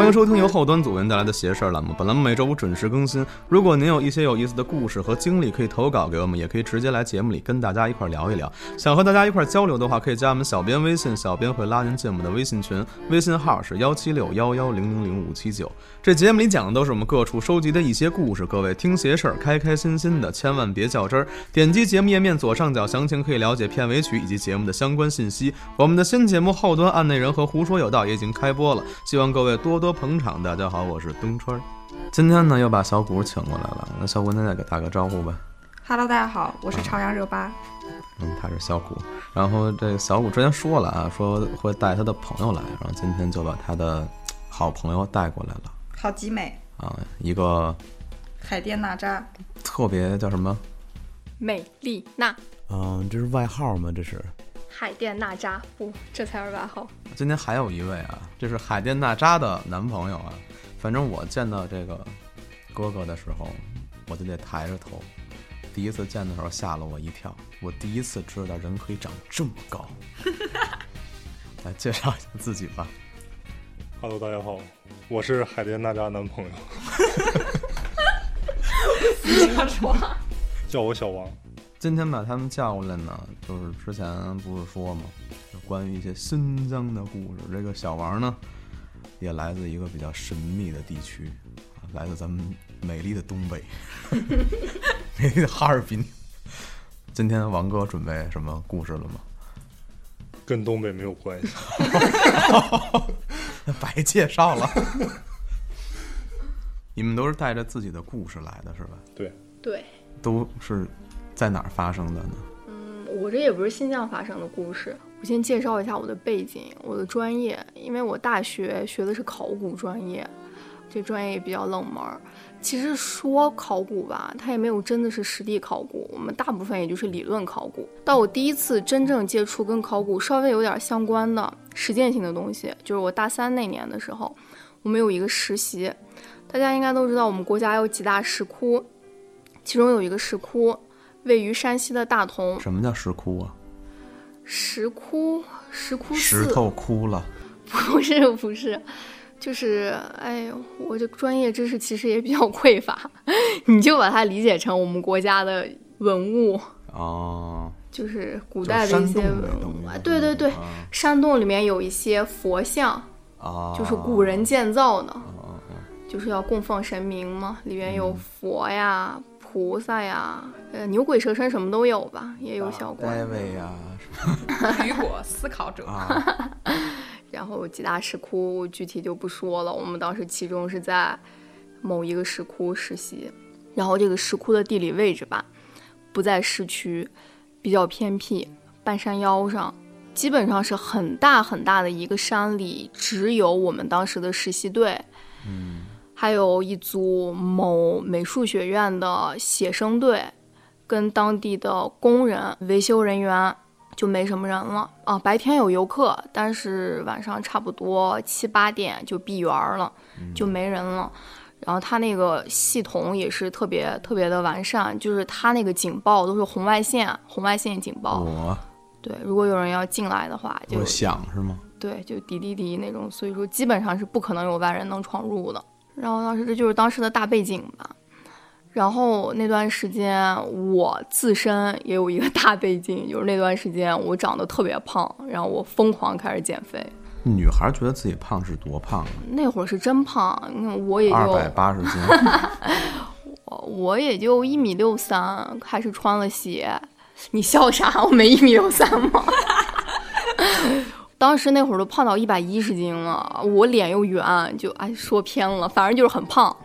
迎收听由后端组为您带来的“邪事儿”栏目，本栏目每周五准时更新。如果您有一些有意思的故事和经历，可以投稿给我们，也可以直接来节目里跟大家一块儿聊一聊。想和大家一块儿交流的话，可以加我们小编微信，小编会拉您进我们的微信群，微信号是幺七六幺幺零零零五七九。这节目里讲的都是我们各处收集的一些故事，各位听邪事儿，开开心心的，千万别较真儿。点击节目页面左上角详情，可以了解片尾曲以及节目的相关信息。我们的新节目后端案内人和胡说有道也已经开播了，希望各位多多捧场。大家好，我是东川儿，今天呢又把小谷请过来了，那小谷您再给打个招呼吧。 Hello，大家好，我是朝阳热巴。嗯，他是小谷。然后这个小谷之前说了啊，说会带他的朋友来，然后今天就把他的嘖好朋友带过来了好集美，啊，一个海淀娜 扎，特别叫什么？美丽娜，嗯，这是外号吗？这是海淀娜扎，不，这才是外号。今天还有一位啊，这是海淀娜扎的男朋友啊。反正我见到这个哥哥的时候，我就得抬着头。第一次见的时候吓了我一跳，我第一次知道人可以长这么高。来介绍一下自己吧。 Hello，大家好，我是海淀娜扎男朋友，叫我小王。今天把他们叫过来呢，就是之前不是说嘛，就关于一些新疆的故事。这个小王呢，也来自一个比较神秘的地区，啊来自咱们美丽的东北， 美丽的哈尔滨。今天王哥准备什么故事了吗？ 跟东北没有关系，白介绍了。 你们都是带着自己的故事来的是吧？对，对，都是在哪儿发生的呢？嗯，我这也不是新疆发生的故事。我先介绍一下我的背景，我的专业，因为我大学学的是考古专业，这专业也比较冷门儿。其实说考古吧，它也没有真的是实地考古，我们大部分也就是理论考古。到我第一次真正接触跟考古稍微有点相关的实践性的东西，就是我大三那年的时候，我们有一个实习。大家应该都知道，我们国家有几大石窟，其中有一个石窟位于山西的大同，什么叫石窟啊？石窟，石窟石寺，头窟了。 不是不是，就是哎呦，我这专业知识其实也比较匮乏， 你就把它理解成我们国家的文物，哦，就是古就代的一山些洞文那东物西啊是，对对吗对，啊山洞里面有一些佛像，啊，就是古人建造的，啊，嗯就是要供奉神明嘛，里面有佛呀、菩萨呀，呃，牛鬼蛇神什么都有吧，也有小官官。位呀雨果思考者，啊，然后几大石窟具体就不说了，我们当时其中是在某一个石窟实习，然后这个石窟的地理位置吧，不在市区，比较偏僻，半山腰上，基本上是很大很大的一个山里，只有我们当时的实习队，还有一组某美术学院的写生队，跟当地的工人、维修人员就没什么人了啊。白天有游客，但是晚上差不多七八点就闭园儿了，就没人了。然后它那个系统也是特别特别的完善，就是它那个警报都是红外线，红外线警报。我对，如果有人要进来的话，就我想是吗？对，就滴滴滴那种，所以说基本上是不可能有外人能闯入的。然后当时这就是当时的大背景吧。然后那段时间我自身也有一个大背景，就是那段时间我长得特别胖，然后我疯狂开始减肥。女孩觉得自己胖是多胖啊？那会儿是真胖，你看我也二就百八 十斤，我也就一米六三，还是穿了鞋。你笑啥？我没一米六三吗？ 当时那会儿都胖到一百一十斤了，我脸又圆，就哎说偏了，反正就是很胖。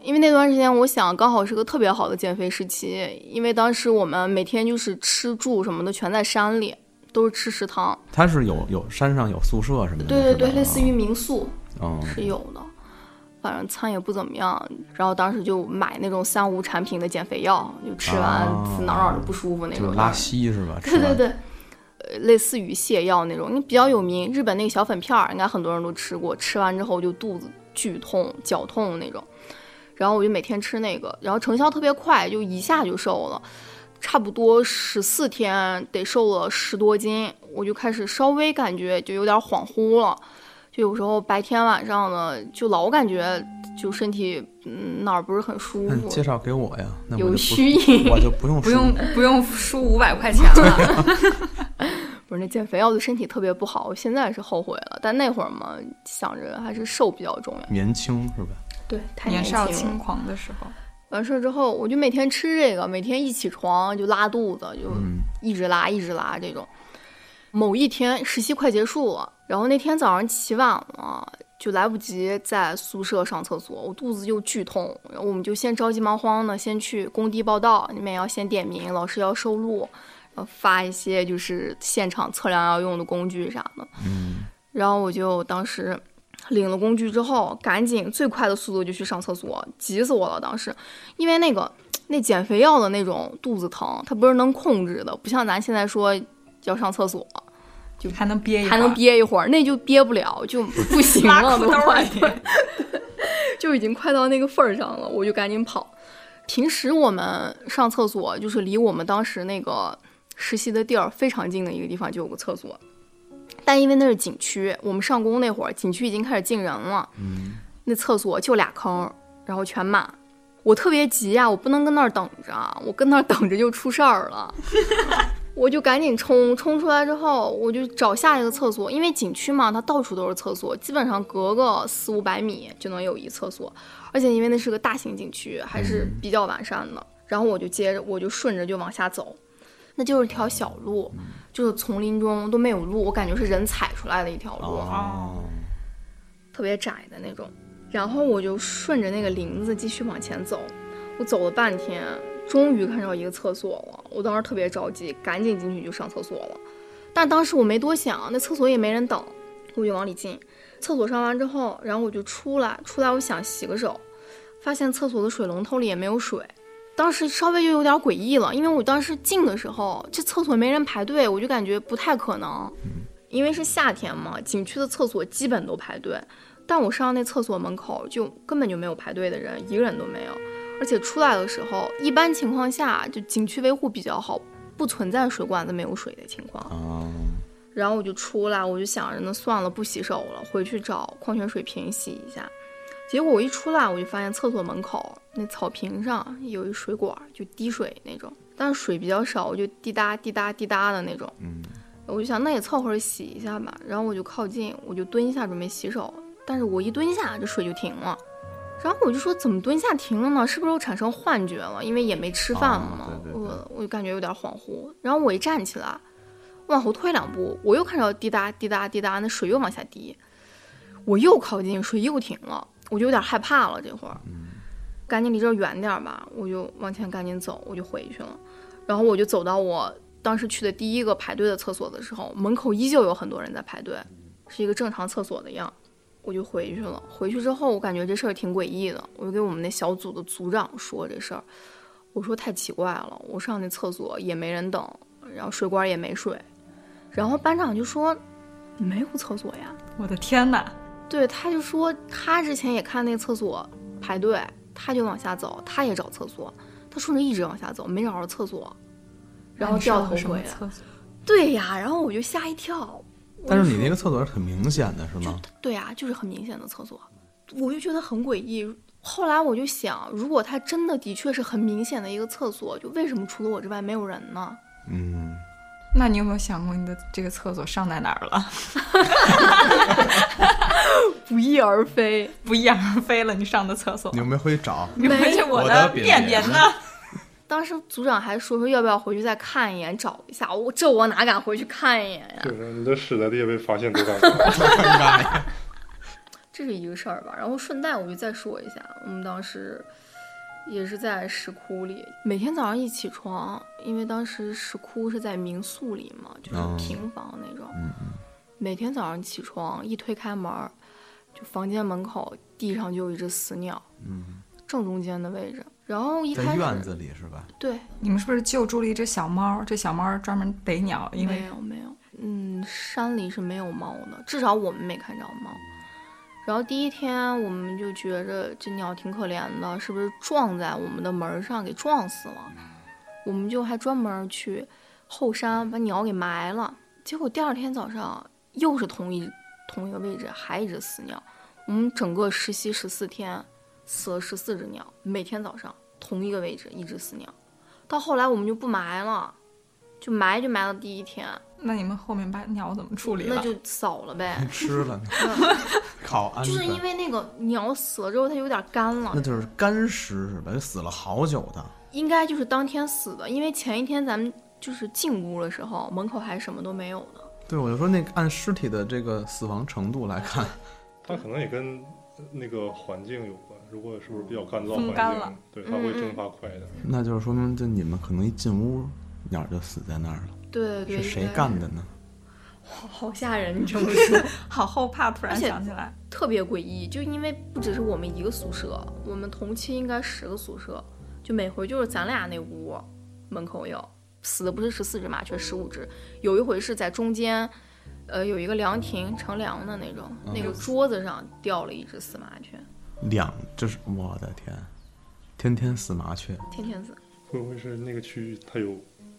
因为那段时间，我想刚好是个特别好的减肥时期，因为当时我们每天就是吃住什么的全在山里，都是吃食堂。她是有有山上有宿舍什么的，对对是吧对，类似于民宿。嗯，是有的，反正餐也不怎么样。然后当时就买那种三无产品的减肥药，就吃完啊自哪儿哪儿都不舒服那就种是药。拉稀是吧？对吃对完对，呃，类似于泻药那种。你比较有名，日本那个小粉片儿，应该很多人都吃过。吃完之后就肚子剧痛、绞痛那种。然后我就每天吃那个，然后成效特别快，就一下就瘦了，差不多十四天得瘦了十多斤，我就开始稍微感觉就有点恍惚了，就有时候白天晚上呢，就老感觉就身体嗯哪儿不是很舒那你服，介绍给我呀，那我有就虚不，影。我就不用不说用不用输五百块钱 了。不是那减肥药对身体特别不好，我现在是后悔了，但那会儿嘛，想着还是瘦比较重要。年轻是吧？对，太年年少轻了轻狂的时候，完事儿之后，我就每天吃这个，每天一起床就拉肚子，就嗯一直拉一直拉这种。某一天实习快结束了，然后那天早上起晚了，就来不及在宿舍上厕所，我肚子又剧痛，然后我们就先着急忙慌的先去工地报道，你们也要先点名，老师要收录，呃，发一些就是现场测量要用的工具啥的。嗯，然后我就当时领了工具之后，赶紧最快的速度就去上厕所，急死我了。当时因为那个那减肥药的那种肚子疼，它不是能控制的，不像咱现在说要上厕所还能憋一还能会儿憋一会儿，那就憋不了， 就不行拉了，裤都兜快儿里。就已经快到那个份儿上了，我就赶紧跑。平时我们上厕所就是离我们当时那个实习的地儿非常近的一个地方就有个厕所，但因为那是景区，我们上工那会儿景区已经开始进人了，嗯，那厕所就俩坑，然后全满。我特别急呀、我不能跟那儿等着，我跟那儿等着就出事儿了。 我就赶紧冲，冲出来之后，我就找下一个厕所，因为景区嘛，它到处都是厕所，基本上隔个四五百米就能有一厕所，而且因为那是个大型景区，还是比较完善的。然后我就接着，我就顺着就往下走，那就是条小路，就是丛林中都没有路，我感觉是人踩出来的一条路。哦，特别窄的那种。然后我就顺着那个林子继续往前走，我走了半天，终于看到一个厕所了。我当时特别着急，赶紧进去就上厕所了。但当时我没多想，那厕所也没人等，我就往里进。厕所上完之后，然后我就出来，出来我想洗个手，发现厕所的水龙头里也没有水。当时稍微就有点诡异了，因为我当时进的时候，这厕所没人排队，我就感觉不太可能，因为是夏天嘛，景区的厕所基本都排队。但我上那厕所门口就根本就没有排队的人，一个人都没有。而且出来的时候，一般情况下就景区维护比较好，不存在水管子没有水的情况。哦，然后我就出来，我就想着那算了，不洗手了，回去找矿泉水瓶洗一下。结果我一出来，我就发现厕所门口那草坪上有一水管儿，就滴水那种，但是水比较少，我就滴答滴答滴答的那种。嗯，我就想那也凑合着洗一下吧，然后我就靠近，我就蹲下准备洗手，但是我一蹲下，这水就停了。然后我就说怎么蹲下停了呢？是不是我产生幻觉了？因为也没吃饭嘛，哦对对对我我就感觉有点恍惚。然后我一站起来，往后退两步，我又看到滴答滴答滴答，那水又往下滴，我又靠近，水又停了，我就有点害怕了。这会儿，嗯赶紧离这儿远点儿吧，我就往前赶紧走，我就回去了。然后我就走到我当时去的第一个排队的厕所的时候，门口依旧有很多人在排队，是一个正常厕所的样。我就回去了。回去之后，我感觉这事儿挺诡异的，我就跟我们那小组的组长说这事儿。我说太奇怪了，我上那厕所也没人等，然后水管也没水，然后班长就说没有厕所呀。 我的天哪！对，他就说他之前也看那厕所排队，他就往下走，他也找厕所，他顺着一直往下走，没找着厕所，然后掉头那你上回了什么来。厕所对呀，然后我就吓一跳。我但就是你说那个厕所是很明显的，是吗？对啊，就是很明显的厕所，我就觉得很诡异。后来我就想，如果它真的的确是很明显的一个厕所，就为什么除了我之外没有人呢？嗯，那你有没有想过你的这个厕所上在哪儿了？ 不翼而飞。不翼而飞了，你上的厕所你。有没有回去找？你回去我的的便便便便呢？当时组长还说说要不要回去再看一眼，找一下。我这我哪敢回去看一眼呀、就是你的屎在地下被发现多尴尬。这是一个事儿吧。然后顺带我就再说一下，我们当时也是在石窟里，每天早上一起床，因为当时石窟是在民宿里嘛，就是哦平房那种，嗯每天早上起床一推开门儿，就房间门口地上就有一只死鸟，嗯，正中间的位置。然后一在开始院子里是吧？。对，你们是不是救助了一只小猫？这小猫专门逮鸟，因没为有没有，嗯，山里是没有猫的，至少我们没看着猫。然后第一天我们就觉着这鸟挺可怜的，是不是撞在我们的门儿上给撞死了？我们就还专门去后山把鸟给埋了。结果第二天早上又是同一同一个位置还一直撕尿。我们整个实习十四天，死了十四只鸟，每天早上同一个位置一直撕尿。到后来我们就不埋了，就埋就埋到第一天，那你们后面把鸟怎么处理了？那就扫了呗 吃了呢，烤鹌鹑，就是因为那个鸟死了之后，它有点干了那，就是干尸是吧？就死了好久的，应该就是当天死的，因为前一天咱们就是进屋的时候，门口还什么都没有呢。对我就说那个按尸体的这个死亡程度来看，它可能也跟呃那个环境有关。如果是不是比较干燥风环干境了，对它会蒸发快一嗯点。那就是说明就你们可能一进屋，鸟儿就死在那儿了，对对是对，谁应该干？的呢？好好吓人，你这么说， 好后怕，突然而且想起来，特别诡异。就因为不只是我们一个宿舍，我们同期应该十个宿舍，就每回就是咱俩那屋门口有死的不是十四只麻雀，十五只。有一回是在中间，呃，有一个凉亭乘凉的那种，嗯那个桌子上掉了一只死麻雀，两就是我的天，天天死麻雀，天天死，会不会是那个区域它有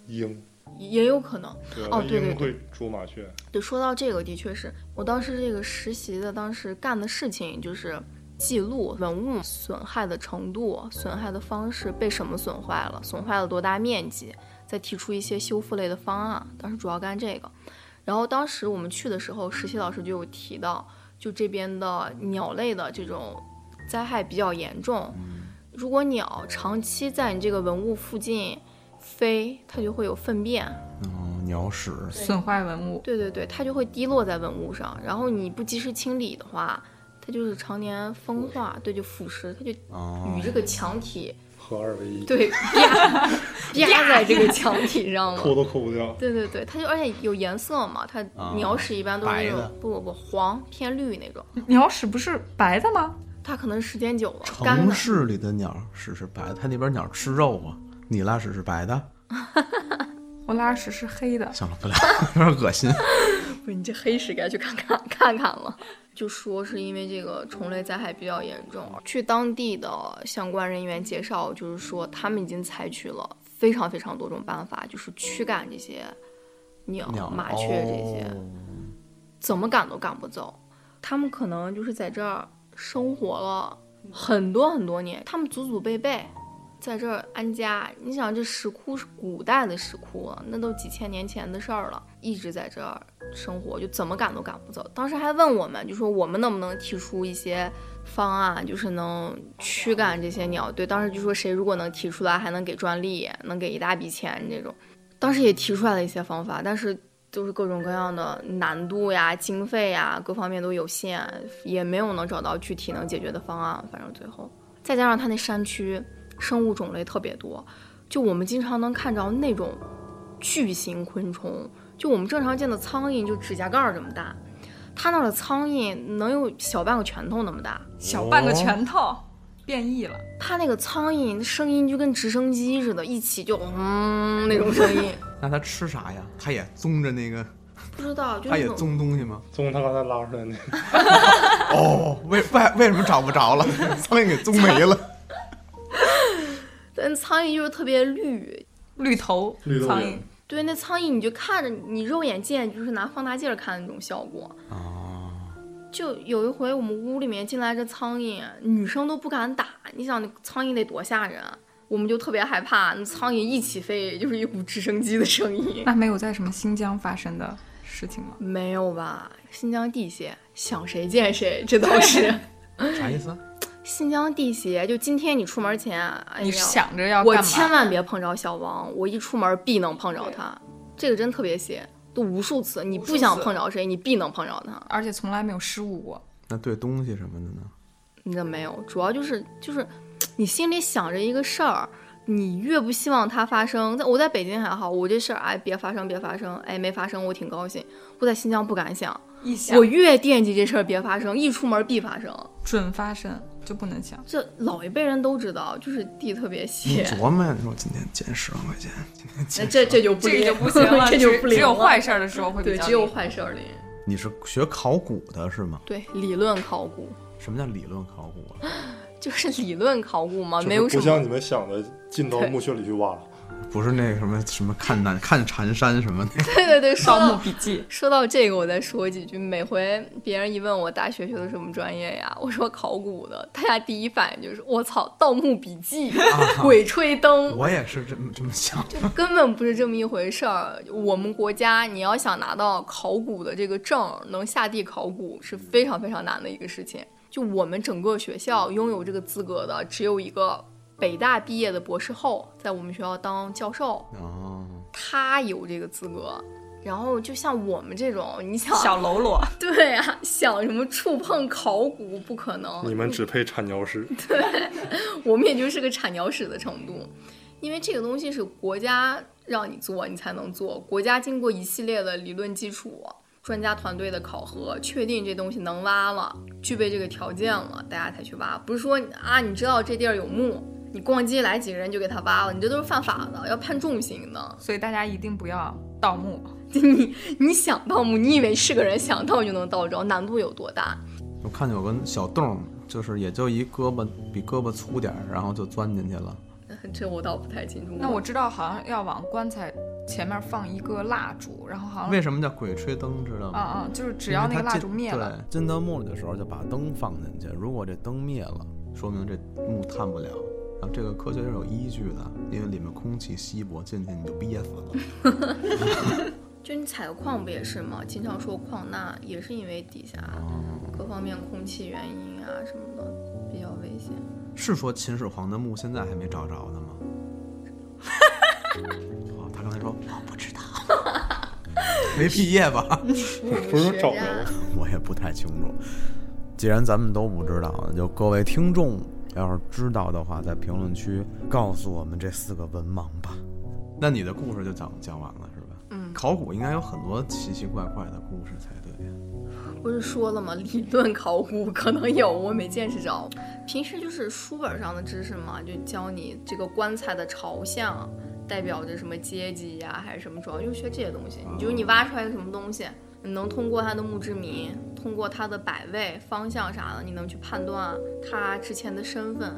鹰？也有可能。对吧？哦那对对鹰会捉麻雀。对，说到这个，的确是我当时这个实习的，当时干的事情就是记录文物损害的程度、损害的方式、被什么损坏了、损坏了多大面积，再提出一些修复类的方案。当时主要干这个。然后当时我们去的时候，实习老师就有提到，就这边的鸟类的这种灾害比较严重。如果鸟长期在你这个文物附近飞，它就会有粪便，然后鸟屎，损坏文物，对对对，它就会滴落在文物上，然后你不及时清理的话，它就是常年风化，对，就腐蚀，它就哦与，这个墙体、合二为一，对 啪啪在这个墙体 上抠了。都抠不掉。对对对，它就而且有颜色嘛，它啊鸟屎一般都是那白种的不不不黄偏绿那种，鸟屎不是白的吗？它可能时间久了干城的。市里的鸟儿屎是白的，它那边鸟儿吃肉啊，你拉屎是白的，我拉屎是黑的，想不了， 有点恶心。不是你这黑史该去看看看看了。就说是因为这个虫类灾害比较严重，据当地的相关人员介绍，就是说他们已经采取了非常非常多种办法，就是驱赶这些鸟、鸟 哦麻雀这些，怎么赶都赶不走。他们可能就是在这儿生活了很多很多年，他们祖祖辈辈在这儿安家。你想，这石窟是古代的石窟了，那都几千年前的事儿了，一直在这儿生活，就怎么赶都赶不走。当时还问我们，就说我们能不能提出一些方案，就是能驱赶这些鸟。对，当时就说谁如果能提出来，还能给专利，能给一大笔钱这种。当时也提出来了一些方法，但是就是各种各样的难度呀、经费呀，各方面都有限，也没有能找到具体能解决的方案。反正最后，再加上它那山区生物种类特别多，就我们经常能看着那种巨型昆虫，就我们正常见的苍蝇就指甲盖儿这么大，它那儿的苍蝇能有小半个拳头那么大。小半哦个拳头变异了，它那个苍蝇声音就跟直升机似的，一起就嗯那种声音，那它吃啥呀？它也棕着那个，不知道就它是也那种棕东西吗？从他刚才拉出来那个，哦，为为为什么找不着了？ 苍蝇给棕没了。但苍蝇就是特别绿，绿头绿头苍人蝇，对，那苍蝇你就看着，你肉眼见就是拿放大镜儿看的那种效果。哦，就有一回我们屋里面进来这苍蝇，女生都不敢打，你想那苍蝇得多吓人，啊我们就特别害怕。那苍蝇一起飞，就是一股直升机的声音。 那没有在什么新疆发生的事情吗？没有吧？新疆地协想谁见谁，这都是 啥意思？新疆地协。就今天你出门前，哎呀，你想着要我干千嘛？万别碰着小王，我一出门必能碰着他，这个真特别邪，都无数次，你数不想次碰着谁，你必能碰着他。而且从来没有失误过，那对东西什么的呢？你这没有，主要就是就是你心里想着一个事儿，你越不希望它发生。在我在北京还好，我这事儿哎别发生别发生，哎没发生我挺高兴。我在新疆不敢想，一想我越惦记这事儿别发生，一出门必发生。准发生就不能想。这老一辈人都知道，就是地特别你邪，琢磨呀，你说今天捡十万块钱，今天那捡这这就不嗯这个灵就不行了， 这就不只灵只有了坏事儿的时候会比对较只有灵坏事儿灵。你是学考古的是吗？对理论考古什么叫理论考古啊？就是理论考古嘛，就是啊没有什不像么你们想的进到墓穴里去挖，不是那个什么什么看南看禅山什么的。对对对，说盗墓到笔记》说到这个，我再说几句。每回别人一问我大学学的什么专业呀，我说考古的，大家第一反应就是我操，《盗墓笔记》啊鬼吹灯》， 我也是这么这么想。根本不是这么一回事儿。我们国家，你要想拿到考古的这个证，能下地考古是非常非常难的一个事情。就我们整个学校拥有这个资格的，只有一个北大毕业的博士后，在我们学校当教授，哦，他有这个资格。然后就像我们这种，你想 小喽啰， 对啊，想什么触碰考古不可能。你们只配产鸟屎，我们也就是个铲鸟屎的程度，因为这个东西是国家让你做，你才能做。国家经过一系列的理论基础、专家团队的考核，确定这东西能挖了，具备这个条件了，大家才去挖。不是说啊，你知道这地儿有墓，你逛街来几个人就给他挖了，你这都是犯法的，要判重刑的。所以大家一定不要盗墓。你你想盗墓，你以为是个人想盗就能盗着，难度有多大？我看见有个小洞儿，就是也就一胳膊比胳膊粗点儿，然后就钻进去了。这我倒不太清楚。那我知道好像要往棺材前面放一个蜡烛，然后好像为什么叫鬼吹灯？知道啊吗？啊，就是只要那个蜡烛灭因为它了，进，对，进到墓里的时候就把灯放进去。如果这灯灭了，说明这墓探不了。然后这个科学是有依据的，因为里面空气稀薄，进去你就憋死了。 就你采个矿不也是吗？经常说矿难也是因为底下各方面空气原因啊什么的比较危险。是说秦始皇的墓现在还没找着呢 吗？哦，他刚才说我不 知道，没毕业吧？不是找着吗？ 我也不太清楚。既然咱们都不知道，就各位听众要是知道的话，在评论区告诉我们这四个文盲吧。那你的故事就讲讲完了是吧？嗯，考古应该有很多奇奇怪怪的故事才对呀。不是说了吗？理论考古可能有，我没见识着。平时就是书本上的知识嘛，就教你这个棺材的朝向代表着什么阶级呀、还是什么，主要就学这些东西。你就是你挖出来个什么东西，你能通过它的墓志铭，通过它的摆位、方向啥的，你能去判断它之前的身份，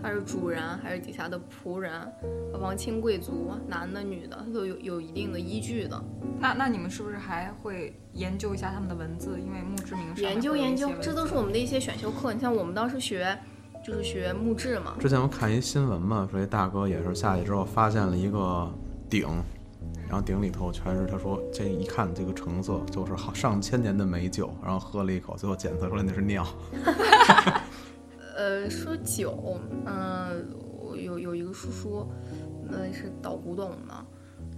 他是主人还是底下的仆人，王亲贵族，男的女的，它都有有一定的依据的。那那你们是不是还会研究一下他们的文字？因为墓志铭上面研究会有一研些究文，这字都是我们的一些选修课。你像我们当时学，就是学木质嘛，之前我看一新闻嘛，说一大哥也是下去之后发现了一个鼎，然后鼎里头全是他说这一看这个成色就是好上千年的美酒，然后喝了一口，最后检测出来那是尿。呃，说酒，嗯、我有有一个叔叔，呃，是倒古董的，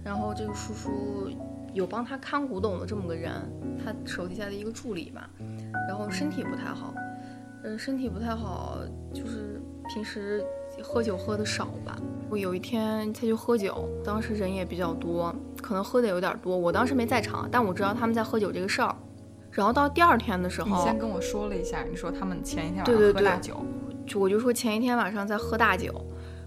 然后这个叔叔有帮他看古董的这么个人，他手底下的一个助理吧，然后身体不太好，呃，身体不太好，就是平时喝酒喝的少吧。我有一天他就喝酒，当时人也比较多，可能喝的有点多，我当时没在场，但我知道他们在喝酒这个事儿。然后到第二天的时你候，先跟我说了一下，你说他们前一天晚对上对喝对大酒，就我就说前一天晚上在喝大酒，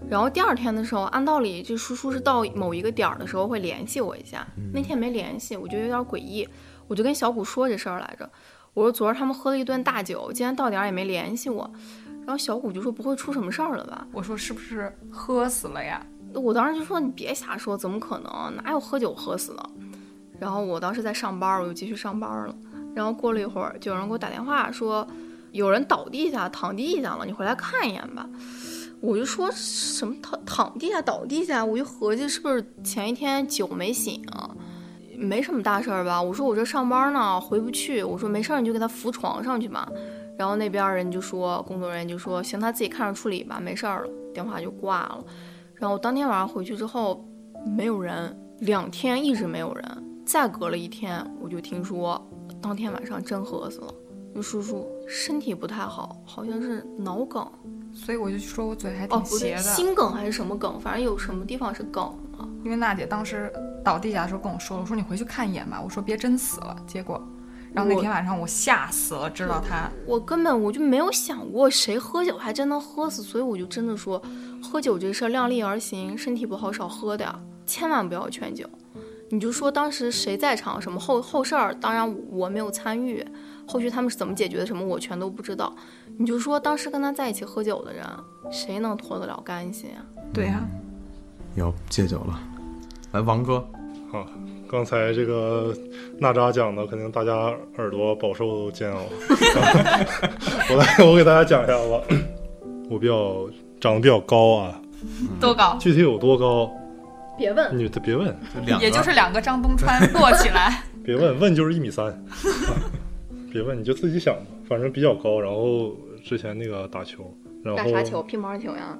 然后第二天的时候，按道理这叔叔是到某一个点儿的时候会联系我一下，那天没联系，我觉得有点诡异，我就跟小谷说这事儿来着，我说昨儿他们喝了一顿大酒，今天到点儿也没联系我，然后小谷就说不会出什么事儿了吧？我说是不是喝死了呀？我当时就说你别瞎说，怎么可能？啊哪有喝酒喝死的？然后我当时在上班，我就继续上班了。然后过了一会儿，就有人给我打电话说，有人倒地下躺地下了，你回来看一眼吧。我就说什么躺躺地下倒地下，我就合计是不是前一天酒没醒啊，没什么大事儿吧？我说我这上班呢，回不去。我说没事儿，你就给他扶床上去吧。然后那边人就说，工作人员就说行，他自己看着处理吧，没事儿了。电话就挂了。然后当天晚上回去之后，没有人，两天一直没有人。再隔了一天，我就听说当天晚上真喝死了，就叔叔身体不太好，好像是脑梗所以我就说我嘴还哦，挺不邪对，的，心梗还是什么梗，反正有什么地方是梗了。因为娜姐当时倒地下的时候跟我说了，我说你回去看一眼吧，我说别真死了。结果，然后那我天晚上我吓死了，知道她我根本我就没有想过谁喝酒还真能喝死，所以我就真的说，喝酒这事儿量力而行，身体不好少喝点儿，千万不要劝酒。你就说当时谁在场，什么后后事儿，当然我没有参与，后续他们是怎么解决的，什么我全都不知道。你就说当时跟他在一起喝酒的人，谁能脱得了干系啊？对呀、要戒酒了。来，王哥，啊，刚才这个娜扎讲的，肯定大家耳朵饱受煎熬。 我来，我给大家讲一下吧。 我比较长得比较高啊， 多高？具体有多高，别问，你别问，两个也就是两个张东川摞起来，别问，问就是一米三， 别问，你就自己想吧。反正比较高，然后之前那个打球，然打后啥球？乒乓球呀？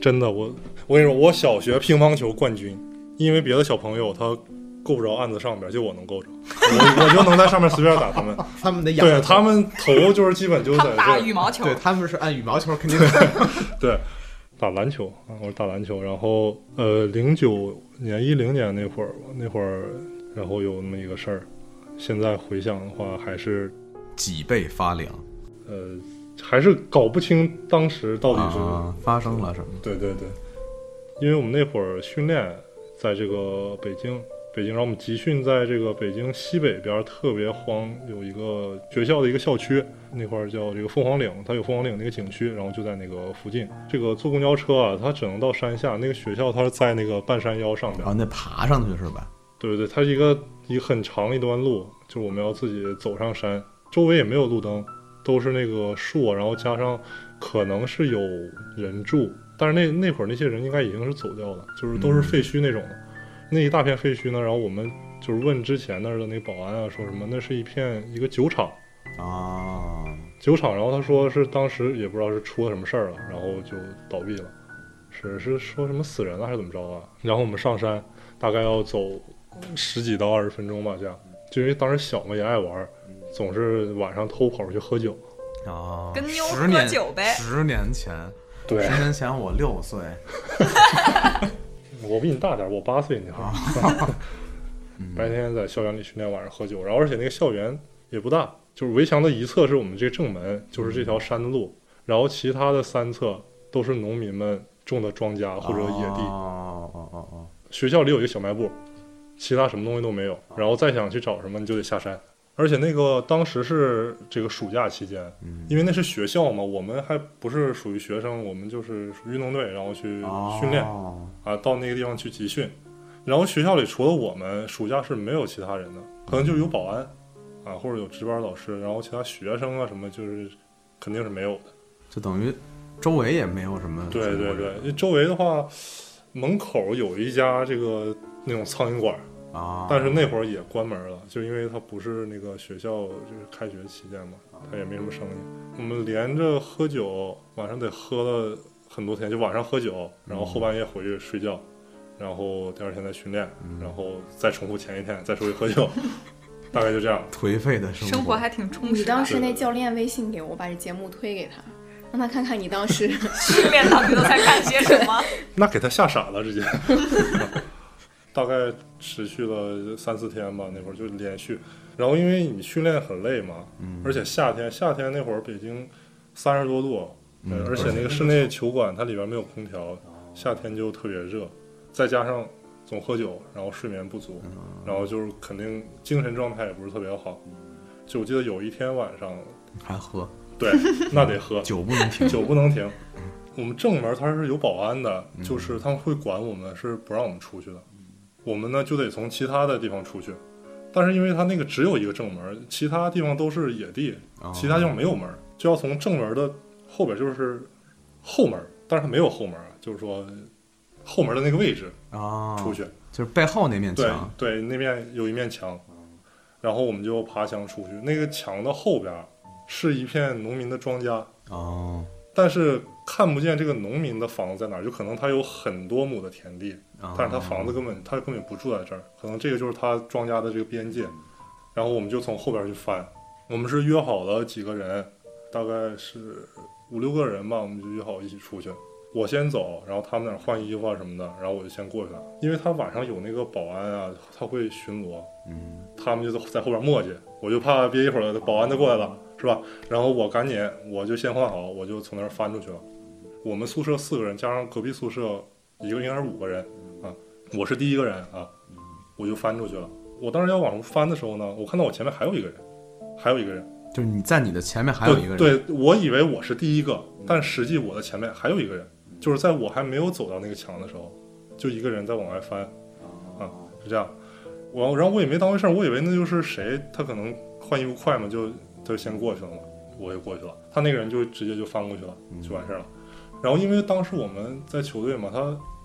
真的，我我跟你说，我小学乒乓球冠军，因为别的小朋友他够不着案子上边，就我能够着，我我就能在上面随便打他们。他们得养对他们头就是基本就是他在们这打儿羽毛球对，啊他们是按羽毛球肯定对，打篮球啊，我打篮球，然后呃，零九年一零年那会儿吧，那会儿然后有那么一个事儿，现在回想的话，还是 脊背发凉呃，还是搞不清当时到底是、啊，发生了什么？对对对，因为我们那会儿训练在这个北京，北京，然后我们集训在这个北京西北边儿特别荒，有一个学校的一个校区，那块儿叫这个凤凰岭，它有凤凰岭那个景区，然后就在那个附近。这个坐公交车啊，它只能到山下，那个学校它是在那个半山腰上边然后。那爬上去是吧？对对，它是一个一个很长一段路，就是我们要自己走上山，周围也没有路灯，都是那个树，然后加上可能是有人住，但是那那会儿那些人应该已经是走掉了，就是都是废墟那种的，那一大片废墟呢。然后我们就是问之前那儿的那保安啊，说什么那是一片一个酒厂，啊，酒厂，然后他说是当时也不知道是出了什么事儿了，然后就倒闭了，是是说什么死人了还是怎么着啊？然后我们上山，大概要走十几到二十分钟吧，这样，就因为当时小嘛也爱玩儿，总是晚上偷跑出去喝酒。啊，哦跟妞十喝年酒呗十年前，对十年前我六岁，我比你大点儿，我八岁，你看，嗯白天在校园里训练，晚上喝酒，然后而且那个校园也不大，就是围墙的一侧是我们这个正门，就是这条山的路，然后其他的三侧都是农民们种的庄稼或者野地。哦哦哦哦，学校里有一个小卖部，其他什么东西都没有。然后再想去找什么，你就得下山。而且那个当时是这个暑假期间，嗯因为那是学校嘛，我们还不是属于学生，我们就是属于运动队，然后去哦训练、啊，到那个地方去集训。然后学校里除了我们，暑假是没有其他人的，可能就有保安啊，或者有值班老师，然后其他学生啊什么就是肯定是没有的。就等于周围也没有什么，对对对，因为周围的话，门口有一家这个那种苍蝇馆儿。啊，但是那会儿也关门了，就因为它不是那个学校，就是开学期间嘛，它也没什么生意。我们连着喝酒，晚上得喝了很多天，就晚上喝酒，然后后半夜回去睡觉，然后第二天再训练，然后再重复前一天，再出去喝酒， 大概就这样。颓废的生生活还挺充你实当的。时那教练微信给我，我把这节目推给他，让他看看你当时。训练到底都在干些什么？那给他吓傻了，直接。 大概持续了三四天吧，那会儿就连续。然后因为你训练很累嘛，而且夏天，夏天那会儿北京三十多度，嗯呃而且那个室内球馆它里边没有空调，夏天就特别热，再加上总喝酒，然后睡眠不足，然后就是肯定精神状态也不是特别好。就我记得有一天晚上，还喝对，那得喝，酒不能停，酒不能停。我们正门它是有保安的，就是他们会管我们，是不让我们出去的。我们呢就得从其他的地方出去，但是因为它那个只有一个正门，其他地方都是野地，哦其他地方没有门，就要从正门的后边，就是后门，但是它没有后门啊，就是说后门的那个位置啊，出去。就是背后那面对墙，哦对，那面有一面墙，然后我们就爬墙出去。那个墙的后边是一片农民的庄稼，哦但是看不见这个农民的房子在哪儿，就可能他有很多亩的田地，啊，但是他房子根本他根本不住在这儿，可能这个就是他庄稼的这个边界。然后我们就从后边去翻，我们是约好了几个人，大概是五六个人吧，我们就约好一起出去。我先走，然后他们那儿换衣服啊什么的，然后我就先过去了，因为他晚上有那个保安啊，他会巡逻，嗯他们就在后边磨叽，我就怕憋一会儿保安就过来了，是吧？然后我赶紧我就先换好，我就从那儿翻出去了。我们宿舍四个人加上隔壁宿舍一个应该是五个人啊，我是第一个人啊，我就翻出去了。我当时要往出翻的时候呢，我看到我前面还有一个人，还有一个人，就是你在你的前面还有一个人，嗯对，对我以为我是第一个，但实际我的前面还有一个人，就是在我还没有走到那个墙的时候，就一个人在往外翻，啊，是这样。我然后我也没当回事儿，我以为那就是谁他可能换衣服快嘛，就他就先过去了嘛，我就过去了，他那个人就直接就翻过去了，嗯就完事儿了。然后因为当时我们在球队嘛，他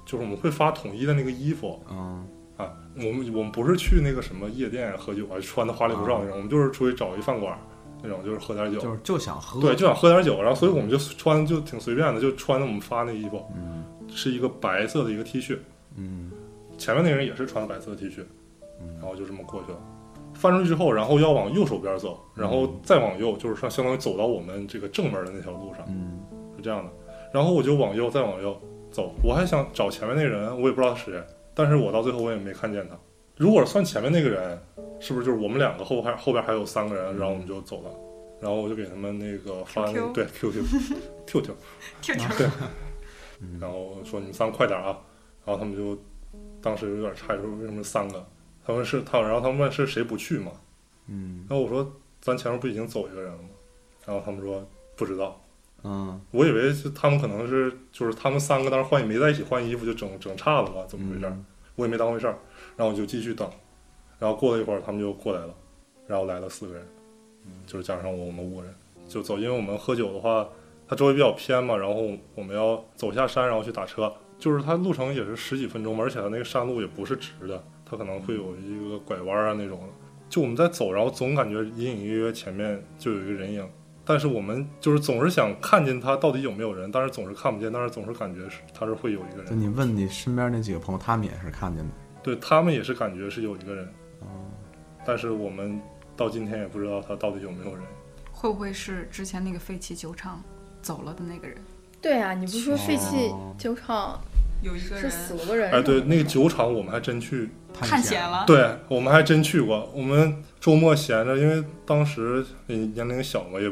就是我们会发统一的那个衣服，嗯，啊，我们我们不是去那个什么夜店喝酒啊，穿的花里胡哨那种，我们就是出去找一饭馆儿那种，就是喝点酒，就是就想喝，对，就想喝点酒，然后所以我们就穿就挺随便的，就穿的我们发那衣服，嗯是一个白色的一个 T 恤，嗯前面那个人也是穿的白色的 T 恤，嗯然后就这么过去了。翻出去之后，然后要往右手边走，然后再往右，就是上相当于走到我们这个正门的那条路上，嗯是这样的。然后我就往右，再往右走，我还想找前面那人，我也不知道是谁，但是我到最后我也没看见他。如果算前面那个人，是不是就是我们两个后还后边还有三个人，然后我们就走了，然后我就给他们那个发那 QQ 个对 QQ QQ，听听，然后说你们三个快点啊，然后他们就当时有点诧异，说为什么三个？他们是他，然后他们问是谁不去嘛？嗯然后我说咱前面不已经走一个人了吗？然后他们说不知道，嗯我以为是他们可能是就是他们三个当时换没在一起换衣服就整整岔了吧，怎么回事儿？我也没当回事儿，然后我就继续等，然后过了一会儿他们就过来了，然后来了四个人，嗯就是加上我我们五个人就走，因为我们喝酒的话，它周围比较偏嘛，然后我们要走下山然后去打车，就是它路程也是十几分钟嘛，而且它那个山路也不是直的，它可能会有一个拐弯啊那种的，就我们在走，然后总感觉隐隐约约前面就有一个人影。但是我们就是总是想看见他到底有没有人，但是总是看不见，但是总是感觉是他是会有一个就嗯人，你问你身边那几个朋友，他们也是看见的，嗯对他们也是感觉是有一个人，但是我们到今天也不知道他到底有没有人。会不会是之前那个废弃酒厂走了的那个人？ 对啊，你不是说废弃酒厂有一个是人死了个人？哎，对，那个酒厂我们还真去，探险了，对我们还真去过。我们周末闲着，因为当时呃年龄小嘛，也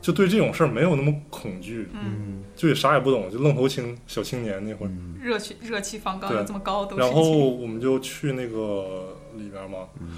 就对这种事儿没有那么恐惧，嗯，嗯就也啥也不懂，就愣头青小青年那会儿。嗯热气热气方刚，对有这么高都是然后我们就去那个里边嘛，嗯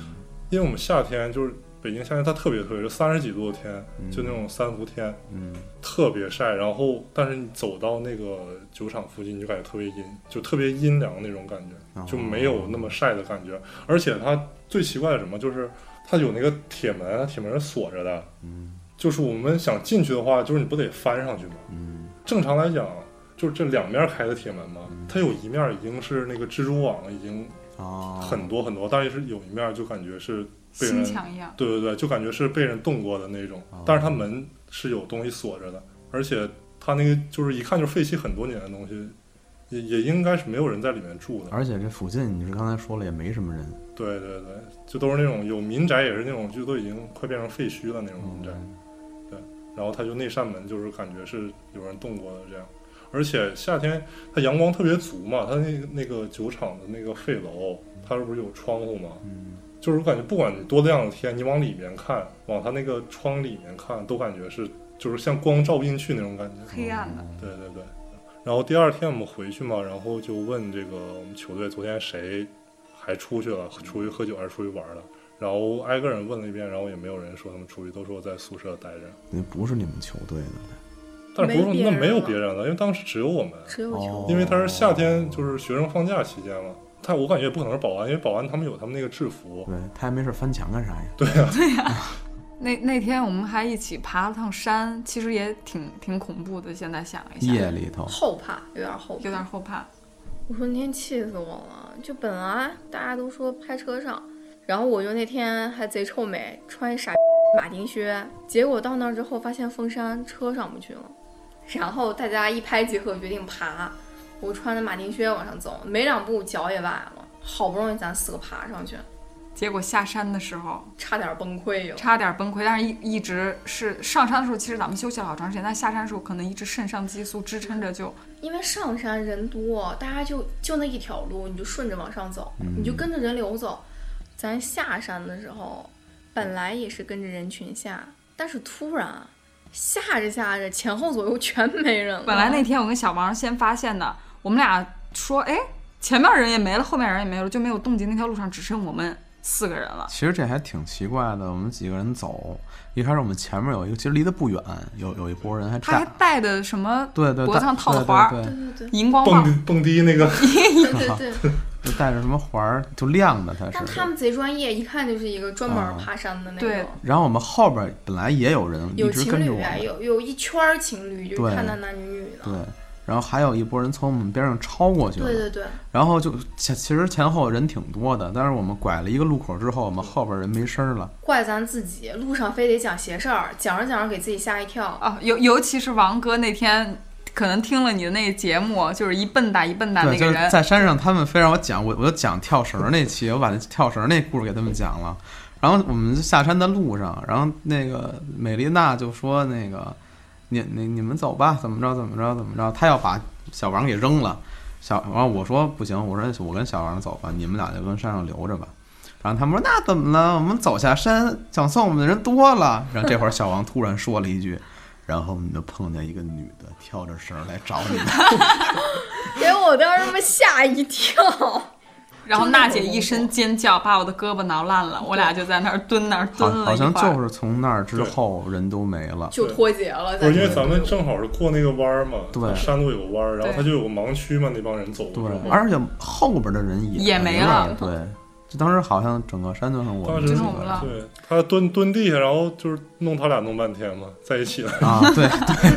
因为我们夏天就是北京夏天，它特别特别，就三十几度的天，就那种三伏天，嗯特别晒。然后，但是你走到那个酒厂附近，你就感觉特别阴，就特别阴凉那种感哦觉，就没有那么晒的感觉。而且它最奇怪的是什么，就是它有那个铁门，啊铁门是锁着的，嗯就是我们想进去的话，就是你不得翻上去吗？嗯正常来讲。就是这两面开的铁门嘛，它有一面已经是那个蜘蛛网，已经哦，很多很多，但是有一面就感觉是被心人墙一样，对对对，就感觉是被人动过的那种哦，但是它门是有东西锁着的，而且它那个就是一看就是废弃很多年的东西，也也应该是没有人在里面住的。而且这附近你是刚才说了也没什么人，对对对，就都是那种有民宅，也是那种就都已经快变成废墟了那种民宅。嗯嗯然后它就那扇门就是感觉是有人动过的这样，而且夏天它阳光特别足嘛，它那个那个酒厂的那个废楼，它是不是有窗户嘛？嗯就是我感觉不管你多亮的天，你往里面看，往它那个窗里面看，都感觉是就是像光照不进去那种感觉。黑暗的，对对对。然后第二天我们回去嘛，然后就问这个我们球队昨天谁还出去了，出去喝酒还是出去玩了？然后挨个人问了一遍，然后也没有人说他们出去，都说在宿舍待着。那不是你们球队的，但是不没是别那人没有了别人了，因为当时只有我们，只有球哦因为他是夏天，就是学生放假期间嘛。他我感觉也不可能是保安，因为保安他们有他们那个制 服。对，他也没事翻墙干啥呀？啊那那天我们还一起爬了趟山，其实也挺挺恐怖的。现在想一下，夜里头，后怕，有点后怕。有点后怕。我说那天气死我了，就本来大家都说拍车上，然后我就那天还贼臭美，穿一傻马丁靴，结果到那儿之后发现封山，车上不去了，然后大家一拍即合，决定爬。我穿着马丁靴往上走，没两步脚也崴了，好不容易咱四个爬上去，结果下山的时候差点崩溃哟。差点崩溃，但是一一直是上山的时候，其实咱们休息了好长时间，但下山的时候可能一直肾上激素支撑着就因为上山人多，大家就就那一条路，你就顺着往上走，你嗯就跟着人流走。咱下山的时候，本来也是跟着人群下，但是突然下着下着，前后左右全没人了。本来那天我跟小王先发现的，我们俩说，哎，前面人也没了，后面人也没了，就没有动静。那条路上只剩我们四个人了。其实这还挺奇怪的，我们几个人走，一开始我们前面有一个，其实离得不远，有有一波人还他还站，带的什么对对，脖子上带套的对环儿对对对荧光棒？蹦蹦迪那个，对对对对， 就带着什么环儿，就亮的它但是他。们贼专业，一看就是一个专啊门爬山的那对种。然后我们后边本来也有人一有直情跟着我侣啊，们，有有一圈儿情侣，就对是看男男女女的。对，然后还有一波人从我们边上超过去了，对对对，然后就其其实前后人挺多的，但是我们拐了一个路口之后，我们后边人没声儿了。怪咱自己，路上非得讲邪事儿，讲着讲着给自己吓一跳。啊，尤尤其是王哥那天可能听了你的那个节目，就是一蹦跶一蹦跶对，那就是个人，在山上，他们非让我讲，我我就讲跳绳儿那期，我把那跳绳儿那故事给他们讲了。然后我们就下山的路上，然后那个美丽娜就说那个，你你你们走吧，怎么着怎么着怎么着，她要把小王给扔了。小王我说不行，我说我跟小王走吧，你们俩就跟山上留着吧。然后他们说那怎么了？我们走下山，想送我们的人多了。然后这会儿小王突然说了一句，然后我们就碰见一个女的挑着绳儿来找你们。 给我当时他妈吓一跳，然后娜姐一声尖叫，把我的胳膊挠烂了，我俩就在那儿蹲那儿好，蹲了一会儿。好像就是从那儿之后人都没了。 就脱节了。不咱是因为就咱们正好是过那个弯儿嘛，对山路有个弯儿，然后它就有个盲区嘛，那帮人走对过去。，而且后边的人也也没没了。了对，就当时好像整个山都上我当们时几就个是我们了人对他蹲蹲地下，然后就是弄他俩弄半天嘛，在一起了。啊， 对，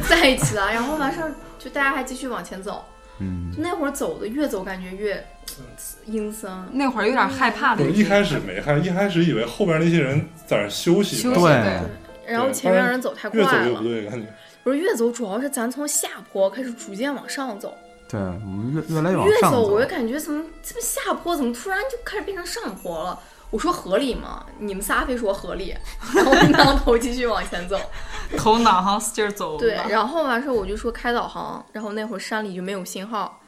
在一起了，然后完事儿就大家还继续往前走。嗯，那会儿走的越走感觉越嗯阴森，那会儿有点害怕我的已一经，开始没看，一开始以为后边那些人在那儿休息休嘛，息对对然后对前面人走太快越走越不了。对，感觉。不是越走，主要是咱从下坡开始逐渐往上走，对，我们越越来越往越上走我就感觉怎么这么下坡，怎么突然就开始变成上坡了？我说合理吗？你们仨非说合理，然后我挠头继续往前走。头脑好像劲儿走了。对，然后完事儿我就说开导航，然后那会儿山里就没有信号，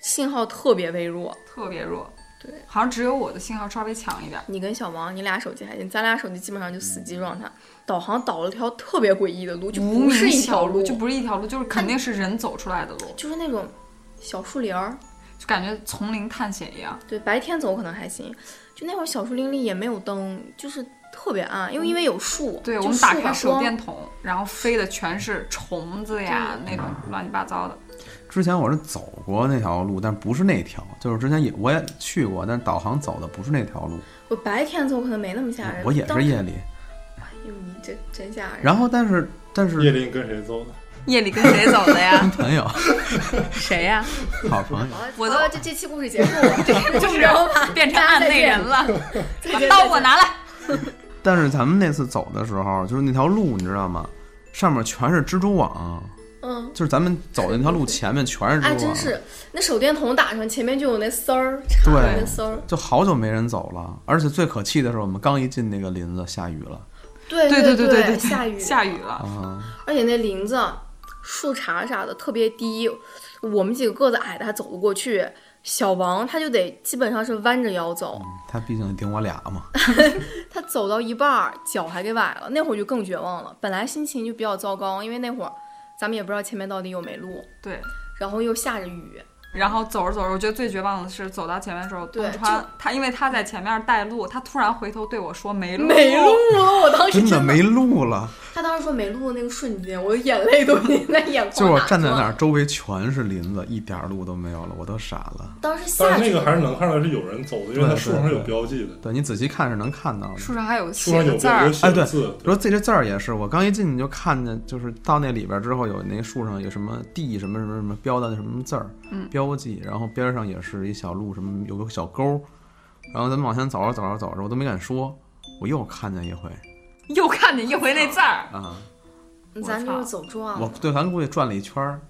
信号特别微弱。特别弱。对，好像只有我的信号稍微强一点。你跟小王，你俩手机还行，咱俩手机基本上就死机状态。导航导了条特别诡异的路，就无不是名一小条路，就不是一条路，就是肯定是人走出来的路，就是那种小树林儿。就感觉丛林探险一样。对，白天走可能还行，就那会儿小树林里也没有灯，就是特别暗，因为因为有树，对就我们打树开把手光电筒，然后飞的全是虫子呀，那种乱七八糟的。之前我是走过那条路，但不是那条，就是之前也我也去过，但是导航走的不是那条路，我白天走可能没那么吓人，我也当是时。夜里。哎呦，你这真吓人。然后但是但夜是里你跟谁走的？夜里跟谁走的 呀？朋友，谁呀？好朋友，好了我好了这这期故事结束 了，这就个啊就是是吧，变成案内人 了，把刀给我拿来。但是咱们那次走的时候，就是那条路你知道吗？上面全是蜘蛛网，嗯，就是咱们走的那条路啊前面全是蜘蛛哎，网，真是那手电筒打上，前面就有那丝儿，插的对那丝儿，就好久没人走了，而且最可气的是，我们刚一进那个林子，下雨了对对对对对，下雨下雨了。啊！而且那林子、树杈啥的特别低，我们几个个子矮的还走不过去。小王他就得基本上是弯着腰走，嗯他毕竟顶我俩 嘛，哎他走到一半儿脚还给崴了，那会儿就更绝望了。本来心情就比较糟糕，因为那会儿咱们也不知道前面到底有没路，对，然后又下着雨，然后走着走着，我觉得最绝望的是走到前面的时候，对东川他因为他在前面带路，他突然回头对我说没路，啊没路了。我当时真真的没路了。他当时说没路的那个瞬间，我的眼泪都已经在眼就是眶我打站在转那儿，周围全是林子，一点路都没有了，我都傻了。当时但下是去那个还是能看出来是有人走的，因为它对树上对有标记的，对你仔细看是能看到的。树上还有写树上有的字儿有，写哎对的字。说这这字儿也是，我刚一进去就看见，就是到那里边之后有那树上有什么地什么什么什么标的什么字儿，嗯标记，然后边上也是一小路，什么有个小沟，然后咱们往前走着走着走着，我都没敢说，我又看见一回又看见一回那字儿，啊，咱就我操是走撞我了。对咱估计转了一圈 儿，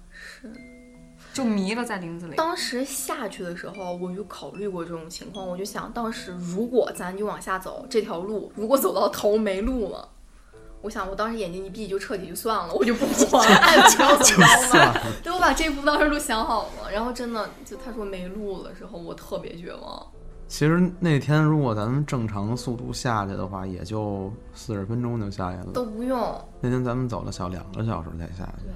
就迷了在林子里。当时下去的时候，我就考虑过这种情况，我就想，当时如果咱就往下走这条路，如果走到头没路了，我想我当时眼睛一闭就彻底就算了，我就不管，爱 不要怎么着吧。对，我把这一步当时都想好了，然后真的就他说没路了之后，我特别绝望。其实那天如果咱们正常速度下去的话，也就四十分钟就下去了。都不用，那天咱们走了小两个小时才下去，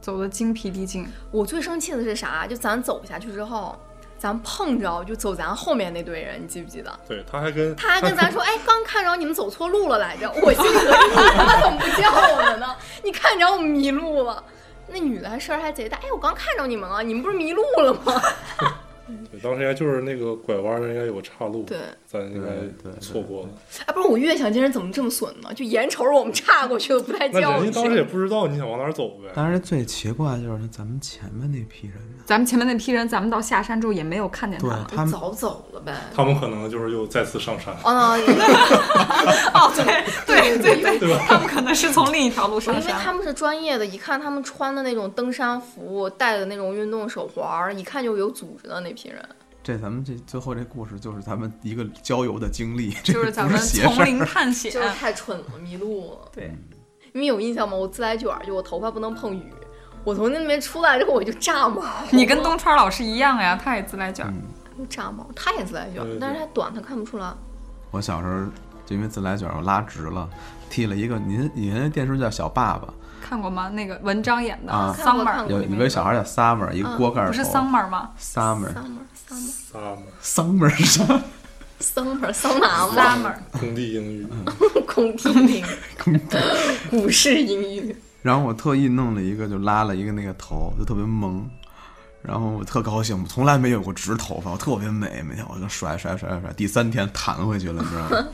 走的精疲力尽，我最生气的是啥？就咱走下去之后，咱碰着就走咱后面那队人，你记不记得？对，他还跟他还跟咱说，哎，刚看着你们走错路了 来着。我心里合计，你他妈怎么不叫我们呢？你看着我们迷路了。那女的还声儿还贼大，哎，我刚看着你们了，你们不是迷路了吗？对当时应该就是那个拐弯儿应该有个岔路， 对，咱对应对该对错过了。哎，不是我越想这人怎么这么损呢？就眼瞅着我们岔过去了，不带那叫人你。家当时也不知道你想往哪儿走呗。但是最奇怪的就是咱们前面那批人呢，咱们前面那批人，咱们到下山之后也没有看见他对们。他们早走了呗。他们可能就是又再次上山， 哦，哦，对对对对，对吧？他们可能是从另一条路因上为山他。们是专业的，一看他们穿的那种登山服，戴的那种运动手环儿，一看就有组织的那批人。这咱们这最后这故事就是咱们一个郊游的经历，这就个是咱不们是邪事丛儿。林探险，就是太蠢了，迷路了。对，嗯你们有印象吗？我自来卷儿，就我头发不能碰雨，我从那边出来之后我就炸 毛。你跟东川老师一样呀，他也自来卷儿。嗯我炸毛，他也自来卷儿对对，对但是他短，他看不出来。我小时候就因为自来卷儿我拉直了，剃了一个您以前那电视剧叫小爸爸，看过吗？那个文章演的啊《桑看过看儿过》有有一个小孩儿叫 Summer，一个锅盖头，嗯不是桑儿吗？ Summer summer summer 仨嘛， Summer 是啥 summer 桑拿桑嘛，儿，工地英语，嗯 空地名， 股市英语。 然后我特意弄了一个，就拉了一个那个头，就特别萌。然后我特高兴，我从来没有过直头发，我特别美。每天我就甩甩甩甩甩，第三天弹回去了，你知道吗？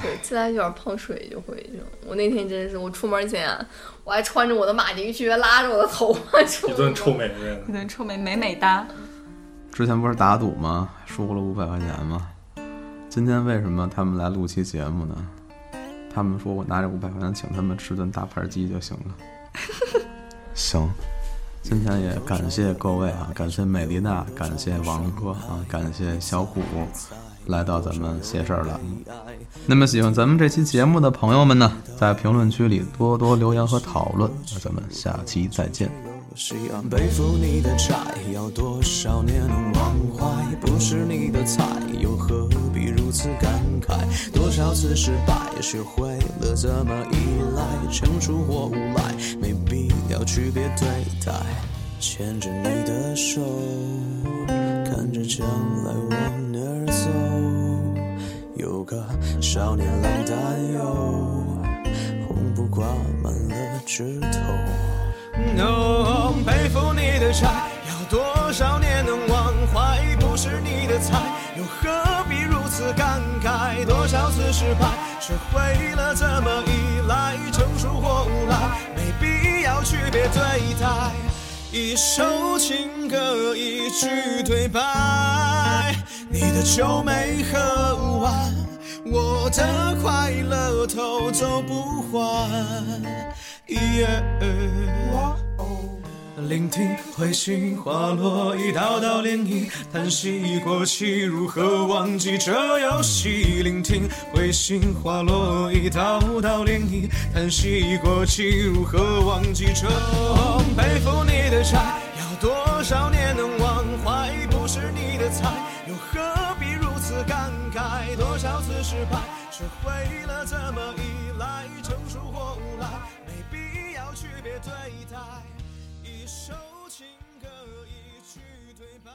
对，自来卷儿碰水就会这种。我那天真是，我出门前我还穿着我的马丁靴，拉着我的头发出一门。顿臭美人。对，臭美美美哒。之前不是打赌吗？输了五百块钱吗？今天为什么他们来录期节目呢？他们说我拿这五百块钱请他们吃顿大盘鸡就行了。行，今天也感谢各位啊，感谢美丽娜，感谢王哥啊，感谢小虎，来到咱们写事儿栏目。那么喜欢咱们这期节目的朋友们呢，在评论区里多多留言和讨论。那咱们下期再见。西安背负你的债，要多少年能忘怀？不是你的菜，又何必如此感慨？多少次失败，学会了怎么依赖，成熟或无赖，没必要区别对待。牵着你的手，看着将来往哪儿走，有个少年郎担忧，红布挂满了枝头。No，背负你的债，要多少年能忘怀？不是你的菜，又何必如此感慨？多少次失败，学会了怎么依赖，成熟或无赖，没必要区别对待。一首情歌，一句对白，你的酒没喝完，我的快乐偷走不还。耶聆听彗星滑落一道道涟漪，叹息过去如何忘记这游戏？聆听彗星滑落一道道涟漪，叹息过去如何忘记这背负你的债，要多少年能忘怀？不是你的菜，又何必如此感慨？多少次失败，学会了怎么依赖，成熟或无赖，没必要区别对待。一首情歌，一句对白。